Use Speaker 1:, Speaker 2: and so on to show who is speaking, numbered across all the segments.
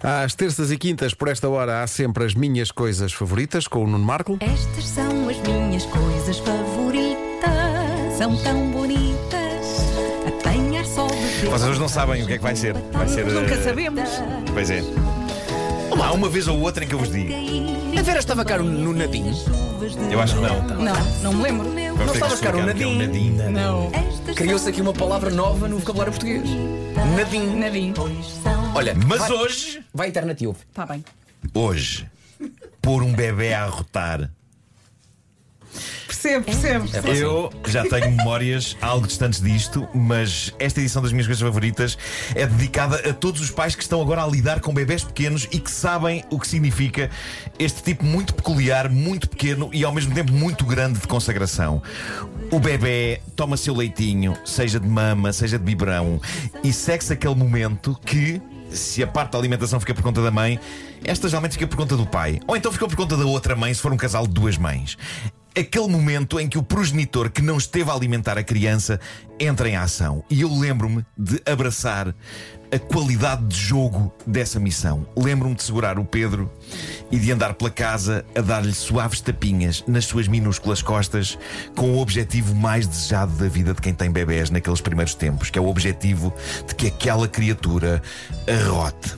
Speaker 1: Às terças e quintas, por esta hora, há sempre as minhas coisas favoritas com o Nuno Marco.
Speaker 2: Estas são as minhas coisas favoritas. São tão bonitas. Apanhar só beber.
Speaker 3: Vocês hoje não sabem o que é que vai ser. Vai ser.
Speaker 4: Nunca
Speaker 3: eh,
Speaker 4: sabemos.
Speaker 3: Pois é. Há uma vez ou outra em que eu vos digo.
Speaker 2: digo.
Speaker 5: A Vera estava cá no Nadim?
Speaker 3: Eu acho que não.
Speaker 4: Não, não me lembro.
Speaker 3: Vamos ter que
Speaker 5: estava cá o
Speaker 3: explicar o que é um
Speaker 5: Nadim?
Speaker 3: nadinho.
Speaker 4: Não.
Speaker 5: Criou-se aqui uma palavra nova no vocabulário português. Nadim.
Speaker 4: Nadim.
Speaker 5: Olha,
Speaker 3: Mas
Speaker 5: vai,
Speaker 3: hoje.
Speaker 5: vai entrar na Tiúve.
Speaker 4: Está bem.
Speaker 3: Hoje. Pôr um bebê a arrotar.
Speaker 4: Percebo, percebo.
Speaker 3: Eu já tenho memórias algo distantes disto, mas esta edição das minhas coisas favoritas é dedicada a todos os pais que estão agora a lidar com bebés pequenos e que sabem o que significa este tipo muito peculiar, muito pequeno e ao mesmo tempo muito grande de consagração. O bebê toma seu leitinho, seja de mama, seja de biberão, e segue-se aquele momento que, se a parte da alimentação fica por conta da mãe, esta geralmente fica por conta do pai. Ou então ficou por conta da outra mãe, se for um casal de duas mães. Aquele momento em que o progenitor que não esteve a alimentar a criança entra em ação. E eu lembro-me de abraçar a qualidade de jogo dessa missão. Lembro-me de segurar o Pedro e de andar pela casa a dar-lhe suaves tapinhas nas suas minúsculas costas, com o objetivo mais desejado da vida de quem tem bebés naqueles primeiros tempos, que é o objetivo de que aquela criatura arrote.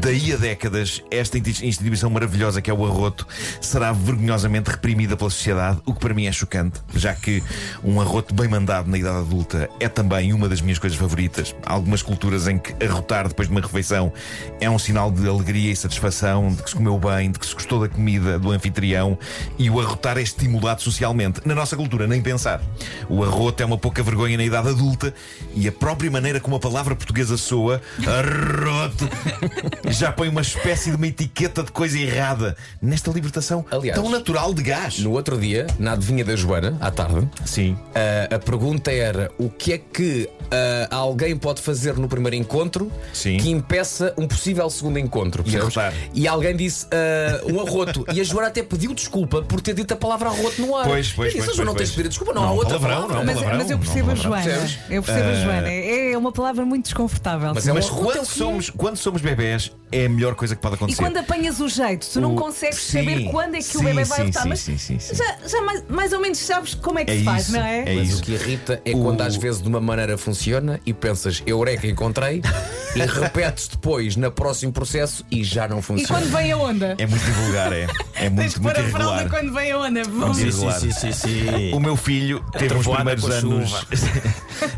Speaker 3: Daí a décadas, esta inti- instituição maravilhosa que é o arroto será vergonhosamente reprimida pela sociedade, o que para mim é chocante, já que um arroto bem mandado na idade adulta é também uma das minhas coisas favoritas. Há algumas culturas em que arrotar depois de uma refeição é um sinal de alegria e satisfação, de que se comeu bem, de que se gostou da comida do anfitrião e o arrotar é estimulado socialmente. Na nossa cultura, nem pensar. O arroto é uma pouca vergonha na idade adulta e a própria maneira como a palavra portuguesa soa, arroto, já põe uma espécie de uma etiqueta de coisa errada nesta libertação
Speaker 5: Aliás,
Speaker 3: tão natural de gás.
Speaker 5: No outro dia, na adivinha da Joana, à tarde, eh,
Speaker 3: Sim.
Speaker 5: a, a pergunta era o que é que ah, alguém pode fazer no primeiro encontro
Speaker 3: Sim.
Speaker 5: que impeça um possível segundo encontro. percebes?
Speaker 3: arrotar.
Speaker 5: E alguém disse ah, um arroto. e a Joana até pediu desculpa por ter dito a palavra arroto no ar.
Speaker 3: Pois, pois,
Speaker 5: E disse,
Speaker 3: pois,
Speaker 5: "Oh,
Speaker 3: pois,
Speaker 5: Joana, não tens de pedir desculpa, não,
Speaker 3: Não,
Speaker 5: há outra
Speaker 3: palavrão,
Speaker 5: palavra.
Speaker 3: é não.
Speaker 4: Mas,
Speaker 3: palavrão,
Speaker 4: mas eu percebo
Speaker 3: não,
Speaker 4: a
Speaker 3: palavrão.
Speaker 4: Joana.
Speaker 5: Percebes?
Speaker 4: Eu percebo a Joana. É uma palavra muito desconfortável.
Speaker 5: Mas é um
Speaker 3: Eh, Mas
Speaker 5: arroto, é o
Speaker 3: quando
Speaker 5: quê?
Speaker 3: somos, quando somos bebés, é a melhor coisa que pode
Speaker 4: E
Speaker 3: acontecer.
Speaker 4: quando apanhas o jeito, tu não
Speaker 3: O-
Speaker 4: consegues
Speaker 3: Sim,
Speaker 4: saber quando é que o
Speaker 3: sim,
Speaker 4: bebê vai
Speaker 3: sim,
Speaker 4: votar.
Speaker 3: sim,
Speaker 4: mas
Speaker 3: sim, sim, sim.
Speaker 4: já, já mais, mais ou menos sabes como é que
Speaker 3: É
Speaker 4: se faz,
Speaker 3: isso,
Speaker 4: não é?
Speaker 3: é
Speaker 5: Mas
Speaker 3: isso.
Speaker 5: o que irrita é
Speaker 3: O-
Speaker 5: quando às vezes de uma maneira funciona e pensas, eureka, encontrei, e repetes depois no próximo processo e já não
Speaker 4: E
Speaker 5: funciona.
Speaker 4: quando vem a onda?
Speaker 3: É muito vulgar, é. É
Speaker 4: Tens de
Speaker 3: muito, muito
Speaker 4: pôr a fralda
Speaker 3: irregular. é.
Speaker 4: quando vem a onda. Vamos.
Speaker 3: Sim, sim, sim, O meu filho teve uns
Speaker 6: trovoada
Speaker 3: primeiros
Speaker 6: com a
Speaker 3: anos.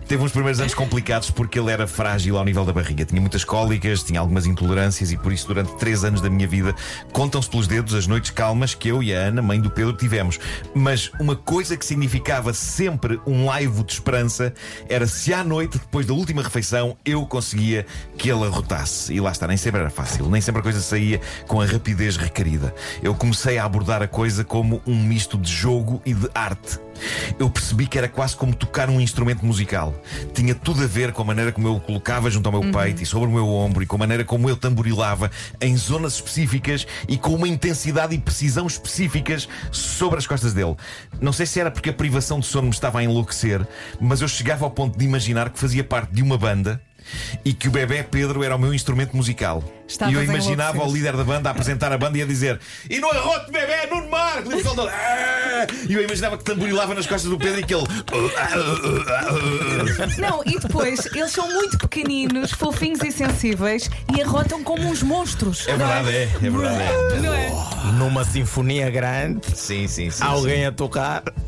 Speaker 3: teve uns primeiros anos complicados porque ele era frágil ao nível da barriga. Tinha muitas cólicas, tinha algumas intolerâncias e por isso, durante três anos da minha vida, contam-se pelos dedos as noites calmas que eu e a Ana, mãe do Pedro, tivemos. Mas uma coisa que significava sempre um laivo de esperança era se à noite, depois da última refeição, eu conseguia que ele arrotasse. E lá está, nem sempre era fácil, nem sempre a coisa saía com a rapidez requerida. Eu comecei a abordar a coisa como um misto de jogo e de arte. Eu percebi que era quase como tocar um instrumento musical. Tinha tudo a ver com a maneira como eu o colocava junto ao meu peito e sobre o meu ombro e com a maneira como eu tamborilava em zonas específicas e com uma intensidade e precisão específicas sobre as costas dele. Não sei se era porque a privação de sono me estava a enlouquecer, mas eu chegava ao ponto de imaginar que fazia parte de uma banda e que o bebê Pedro era o meu instrumento musical.
Speaker 4: Estavas
Speaker 3: e eu
Speaker 4: a
Speaker 3: imaginava
Speaker 4: enlouquecer.
Speaker 3: o líder da banda a apresentar a banda e a dizer E no arroto, bebê, é Nuno Marco! E o pessoal todo, "Ah!" E eu imaginava que tamborilava nas costas do Pedro e que ele "Ah,
Speaker 4: Não, e depois, eles são muito pequeninos, fofinhos e sensíveis e arrotam como uns monstros.
Speaker 3: É verdade, é, é verdade é.
Speaker 4: Não é?
Speaker 6: Numa sinfonia grande,
Speaker 3: Sim, sim, sim
Speaker 6: alguém a tocar.
Speaker 3: sim.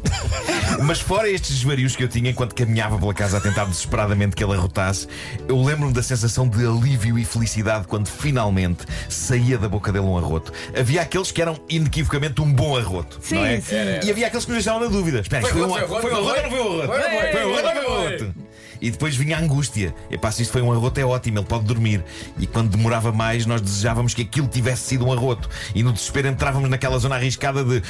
Speaker 3: Mas fora estes desvarios que eu tinha enquanto caminhava pela casa a tentar desesperadamente que ele arrotasse Eu lembro-me da sensação de alívio e felicidade quando finalmente saía da boca dele um arroto Havia aqueles que eram inequivocamente um bom arroto
Speaker 4: Sim,
Speaker 3: não é?
Speaker 4: sim.
Speaker 3: E havia aqueles que nos deixavam na dúvida Espera, isto foi, um,
Speaker 5: arroto,
Speaker 3: foi um
Speaker 5: não
Speaker 3: arroto ou não foi um arroto?
Speaker 5: Foi, foi,
Speaker 3: Foi um arroto ou
Speaker 5: foi,
Speaker 3: foi um
Speaker 5: foi.
Speaker 3: arroto? E depois vinha a angústia. Epá, se isto foi um arroto, é ótimo, ele pode dormir. E quando demorava mais, nós desejávamos que aquilo tivesse sido um arroto. E no desespero entrávamos naquela zona arriscada de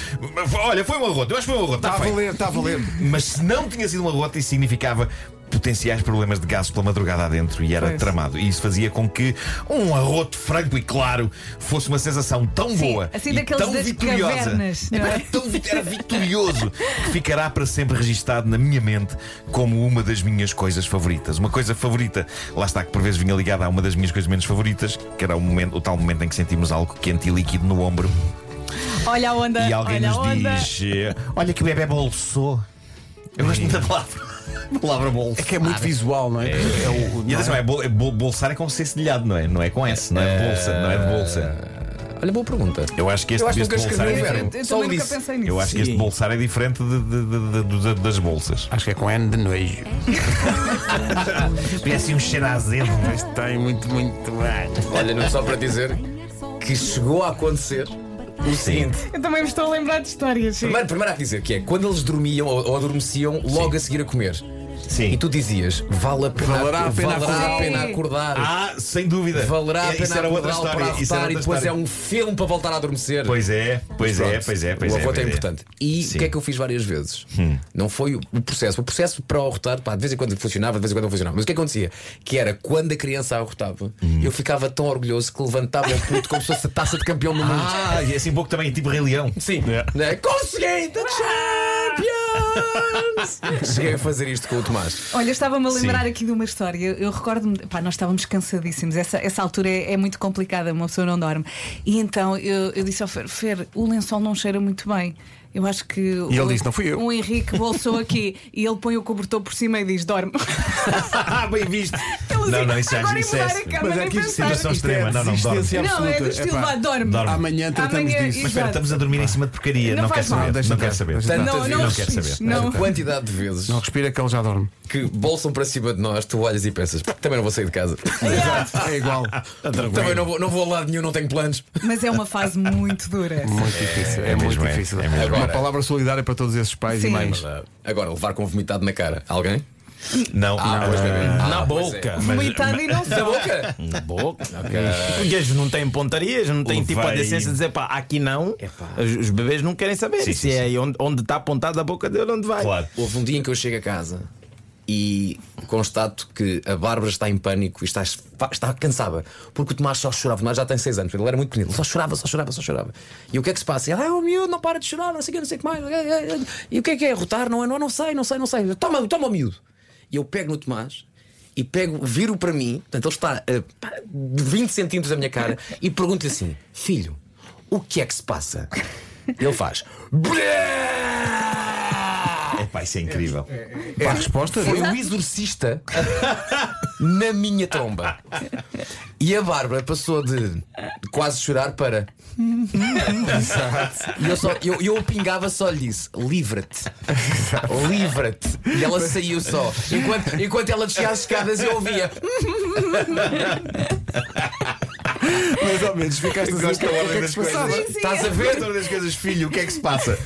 Speaker 3: olha, foi um arroto, eu acho que foi um arroto.
Speaker 1: Está
Speaker 3: Tá
Speaker 1: a
Speaker 3: feito."
Speaker 1: valer, está a valer.
Speaker 3: Mas se não tinha sido um arroto, isso significava potenciais problemas de gases pela madrugada adentro e era
Speaker 4: Pois.
Speaker 3: tramado. E isso fazia com que um arroto franco e claro fosse uma sensação tão
Speaker 4: Sim,
Speaker 3: boa
Speaker 4: assim
Speaker 3: e
Speaker 4: daqueles
Speaker 3: tão
Speaker 4: das
Speaker 3: vitoriosa.
Speaker 4: cavernas, não
Speaker 3: Epá,
Speaker 4: é?
Speaker 3: era tão vit- era vitorioso que ficará para sempre registado na minha mente como uma das minhas coisas favoritas. Uma coisa favorita, lá está que por vezes vinha ligada a uma das minhas coisas menos favoritas, que era o, momento, o tal momento em que sentimos algo quente e líquido no ombro
Speaker 4: Olha a onda.
Speaker 3: e alguém
Speaker 4: olha
Speaker 3: nos
Speaker 4: a onda.
Speaker 3: diz: eh, Olha que o bebê bolsou. Eu gosto muito da palavra. palavra bolso.
Speaker 1: É que é muito visual, não é? É o- não
Speaker 3: E
Speaker 1: é?
Speaker 3: atenção, é bol, é bol- bolsar é com C cedilhado, não é? Não é com S, não é bolsa, não é de bolsa.
Speaker 5: Olha, boa pergunta.
Speaker 3: Eu acho que este,
Speaker 5: Eu acho que
Speaker 3: este
Speaker 5: nunca
Speaker 3: bolsar é
Speaker 5: escrevi, um
Speaker 3: diferente.
Speaker 4: Eu
Speaker 5: Só
Speaker 4: também nunca
Speaker 5: disse.
Speaker 4: pensei
Speaker 3: Eu
Speaker 4: nisso.
Speaker 3: acho que este
Speaker 6: Sim.
Speaker 3: bolsar é diferente de- de- de- de- de- das bolsas.
Speaker 1: Acho que é com N de nojo.
Speaker 3: Parece um cheiro azedo.
Speaker 1: Mas tem muito, muito bem.
Speaker 5: Olha, não só para dizer que chegou a acontecer o seguinte.
Speaker 4: Eu também me estou a lembrar de histórias. sim.
Speaker 5: Primeiro, primeiro há que dizer que é quando eles dormiam ou, ou adormeciam logo a seguir a comer.
Speaker 3: Sim.
Speaker 5: E tu dizias, vale a pena,
Speaker 1: Valerá a pena
Speaker 5: valerá
Speaker 1: acordar.
Speaker 5: a pena acordar.
Speaker 3: Ah, sem dúvida.
Speaker 5: Valerá a
Speaker 3: É,
Speaker 5: pena
Speaker 3: Isso era outra
Speaker 5: acordá-lo para
Speaker 3: história. Isso era
Speaker 5: arrotar e
Speaker 3: outra
Speaker 5: depois é
Speaker 3: história.
Speaker 5: um filme para voltar a adormecer.
Speaker 3: Pois é, pois é,
Speaker 5: Pronto.
Speaker 3: pois é, pois
Speaker 5: O
Speaker 3: é.
Speaker 5: arroto é,
Speaker 3: pois é.
Speaker 5: importante. E
Speaker 3: Sim. Hum.
Speaker 5: o que é que eu fiz várias vezes? Não foi o o processo. O processo para arrotar, pá, de vez em quando funcionava, de vez em quando não funcionava. Mas o que acontecia? Que era quando a criança arrotava,
Speaker 3: Hum.
Speaker 5: eu ficava tão orgulhoso que levantava o puto como se fosse a taça de campeão do mundo.
Speaker 3: Ah, e assim pouco também, tipo Rei Leão.
Speaker 5: Sim,
Speaker 3: É.
Speaker 5: né? consegui the champions! Cheguei a fazer isto com o Tomás.
Speaker 4: Olha, eu estava-me a lembrar
Speaker 3: Sim.
Speaker 4: aqui de uma história. Eu, eu recordo-me, pá, nós estávamos cansadíssimos. Essa, essa altura é, é muito complicada, uma pessoa não dorme. E então eu, eu disse ao Fer, Fer, o lençol não cheira muito bem. Eu acho que. E
Speaker 1: ele disse, "Não fui eu."
Speaker 4: O Henrique bolsou aqui e ele põe o cobertor por cima e diz: dorme.
Speaker 3: Bem visto.
Speaker 4: Ele assim,
Speaker 3: Não, não, isso já
Speaker 4: agora
Speaker 3: isso
Speaker 4: ia
Speaker 3: é.
Speaker 4: mudar a cama,
Speaker 1: Mas
Speaker 4: nem
Speaker 1: aqui isto
Speaker 4: pensar.
Speaker 1: é,
Speaker 3: Situação
Speaker 1: isto é
Speaker 3: extrema. Não, não, dorme.
Speaker 1: desistência
Speaker 4: Não, é do
Speaker 1: absoluta.
Speaker 4: estilo,
Speaker 1: Epá,
Speaker 4: vá, dorme.
Speaker 3: Dorme.
Speaker 1: Amanhã tratamos
Speaker 4: Amanhã,
Speaker 1: disso.
Speaker 3: Mas espera,
Speaker 4: Exato.
Speaker 3: estamos a dormir em cima de porcaria.
Speaker 4: Não
Speaker 3: Não, quero
Speaker 4: faz mal.
Speaker 3: saber.
Speaker 1: Deixa
Speaker 3: não
Speaker 1: estar.
Speaker 3: quero saber.
Speaker 1: Deixa
Speaker 5: estar.
Speaker 4: Não, não,
Speaker 3: não quero saber.
Speaker 5: A
Speaker 4: Não.
Speaker 5: quantidade de vezes
Speaker 1: Não respira que ele já dorme.
Speaker 5: que bolsam para cima de nós, tu olhas e pensas, também não vou sair de casa.
Speaker 1: É igual.
Speaker 5: também não vou, não vou a lado nenhum, não tenho planos.
Speaker 4: Mas é uma fase muito dura.
Speaker 1: Muito difícil. É,
Speaker 3: é
Speaker 1: muito
Speaker 3: mesmo, é.
Speaker 1: difícil. É
Speaker 3: É mesmo.
Speaker 1: Uma
Speaker 5: Agora-
Speaker 1: palavra solidária para todos esses pais e
Speaker 4: Sim.
Speaker 1: mães.
Speaker 5: Agora, levar com vomitado na cara. Alguém?
Speaker 3: Não, não,
Speaker 5: pois
Speaker 3: não,
Speaker 5: bem.
Speaker 3: não.
Speaker 5: Ah,
Speaker 6: Na
Speaker 5: pois é.
Speaker 6: boca.
Speaker 4: Vomitado e não
Speaker 5: Na
Speaker 4: só.
Speaker 5: boca?
Speaker 6: Na boca. E eles não têm pontarias, não têm
Speaker 3: Levei-
Speaker 6: tipo a decência de dizer pá, aqui não. Os, os bebês não querem saber
Speaker 3: Sim,
Speaker 6: se
Speaker 3: sim,
Speaker 6: é
Speaker 3: sim.
Speaker 6: aí onde onde está apontada a boca dele, onde vai.
Speaker 3: Claro.
Speaker 5: Houve um dia em que eu chego a casa e constato que a Bárbara está em pânico e está, está cansada. Porque o Tomás só chorava. O Tomás já tem 6 anos, ele era muito pequenino. Ele só chorava, só chorava, só chorava. E o que é que se passa? E Ela, ah, o miúdo não para de chorar, não sei o que, não sei o que mais. E o que é que é? Rotar? Não é? Não, não sei, não sei, não sei. Toma, toma o miúdo. E eu pego no Tomás. E pego, viro para mim, portanto ele está eh, pá, 20 centímetros da minha cara e pergunto-lhe assim: Filho, o que é que se passa? Ele faz.
Speaker 3: Epá, isso é incrível.
Speaker 1: É a resposta?
Speaker 5: Foi o exorcista na minha tromba. E a Bárbara passou de quase chorar para. E eu, só, eu, eu pingava só lhe disse: livra-te, livra-te. E ela saiu só. Enquanto, enquanto ela descia as escadas, eu ouvia.
Speaker 1: Mas ao menos ficaste a dizer
Speaker 3: Gosto
Speaker 1: o que
Speaker 3: da
Speaker 1: é que
Speaker 3: ordem
Speaker 1: é que
Speaker 3: das
Speaker 1: se passava.
Speaker 3: coisas.
Speaker 5: Estás a ver?
Speaker 3: Doutor das coisas, filho, o que é que se passa?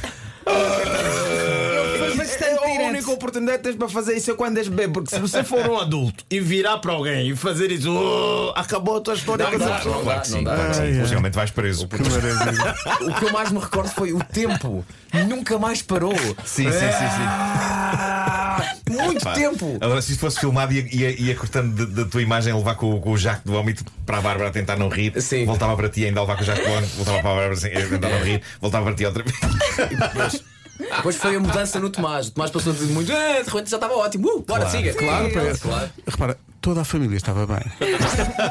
Speaker 4: Foi bastante
Speaker 6: É a
Speaker 4: direto.
Speaker 6: única oportunidade que tens para fazer isso é quando és bebê, porque se você for um adulto e virar para alguém e fazer isso, "Oh, acabou a tua história com essa pessoa.
Speaker 5: não dá, não dá.
Speaker 3: claro que sim. Possivelmente vais preso.
Speaker 1: Que maravilha.
Speaker 5: O que eu mais me recordo foi o tempo. Nunca mais parou.
Speaker 3: Sim, sim, sim,
Speaker 5: Muito
Speaker 3: Pá.
Speaker 5: tempo.
Speaker 3: Agora, se isto fosse filmado, ia, ia, ia cortando da- da tua imagem, levar com, o- com o jaco do vómito para a Bárbara a tentar não rir.
Speaker 5: Sim.
Speaker 3: Voltava para ti, ainda levar com o jaco do vómito, voltava para a Bárbara assim, a tentar não rir, voltava para ti outra vez.
Speaker 5: Depois foi a mudança no Tomás. O Tomás passou de muito. "Ah, De repente já estava ótimo. Uh, bora, siga.
Speaker 1: Claro,
Speaker 5: claro.
Speaker 1: parece.
Speaker 5: claro.
Speaker 1: Repara, toda a família estava bem.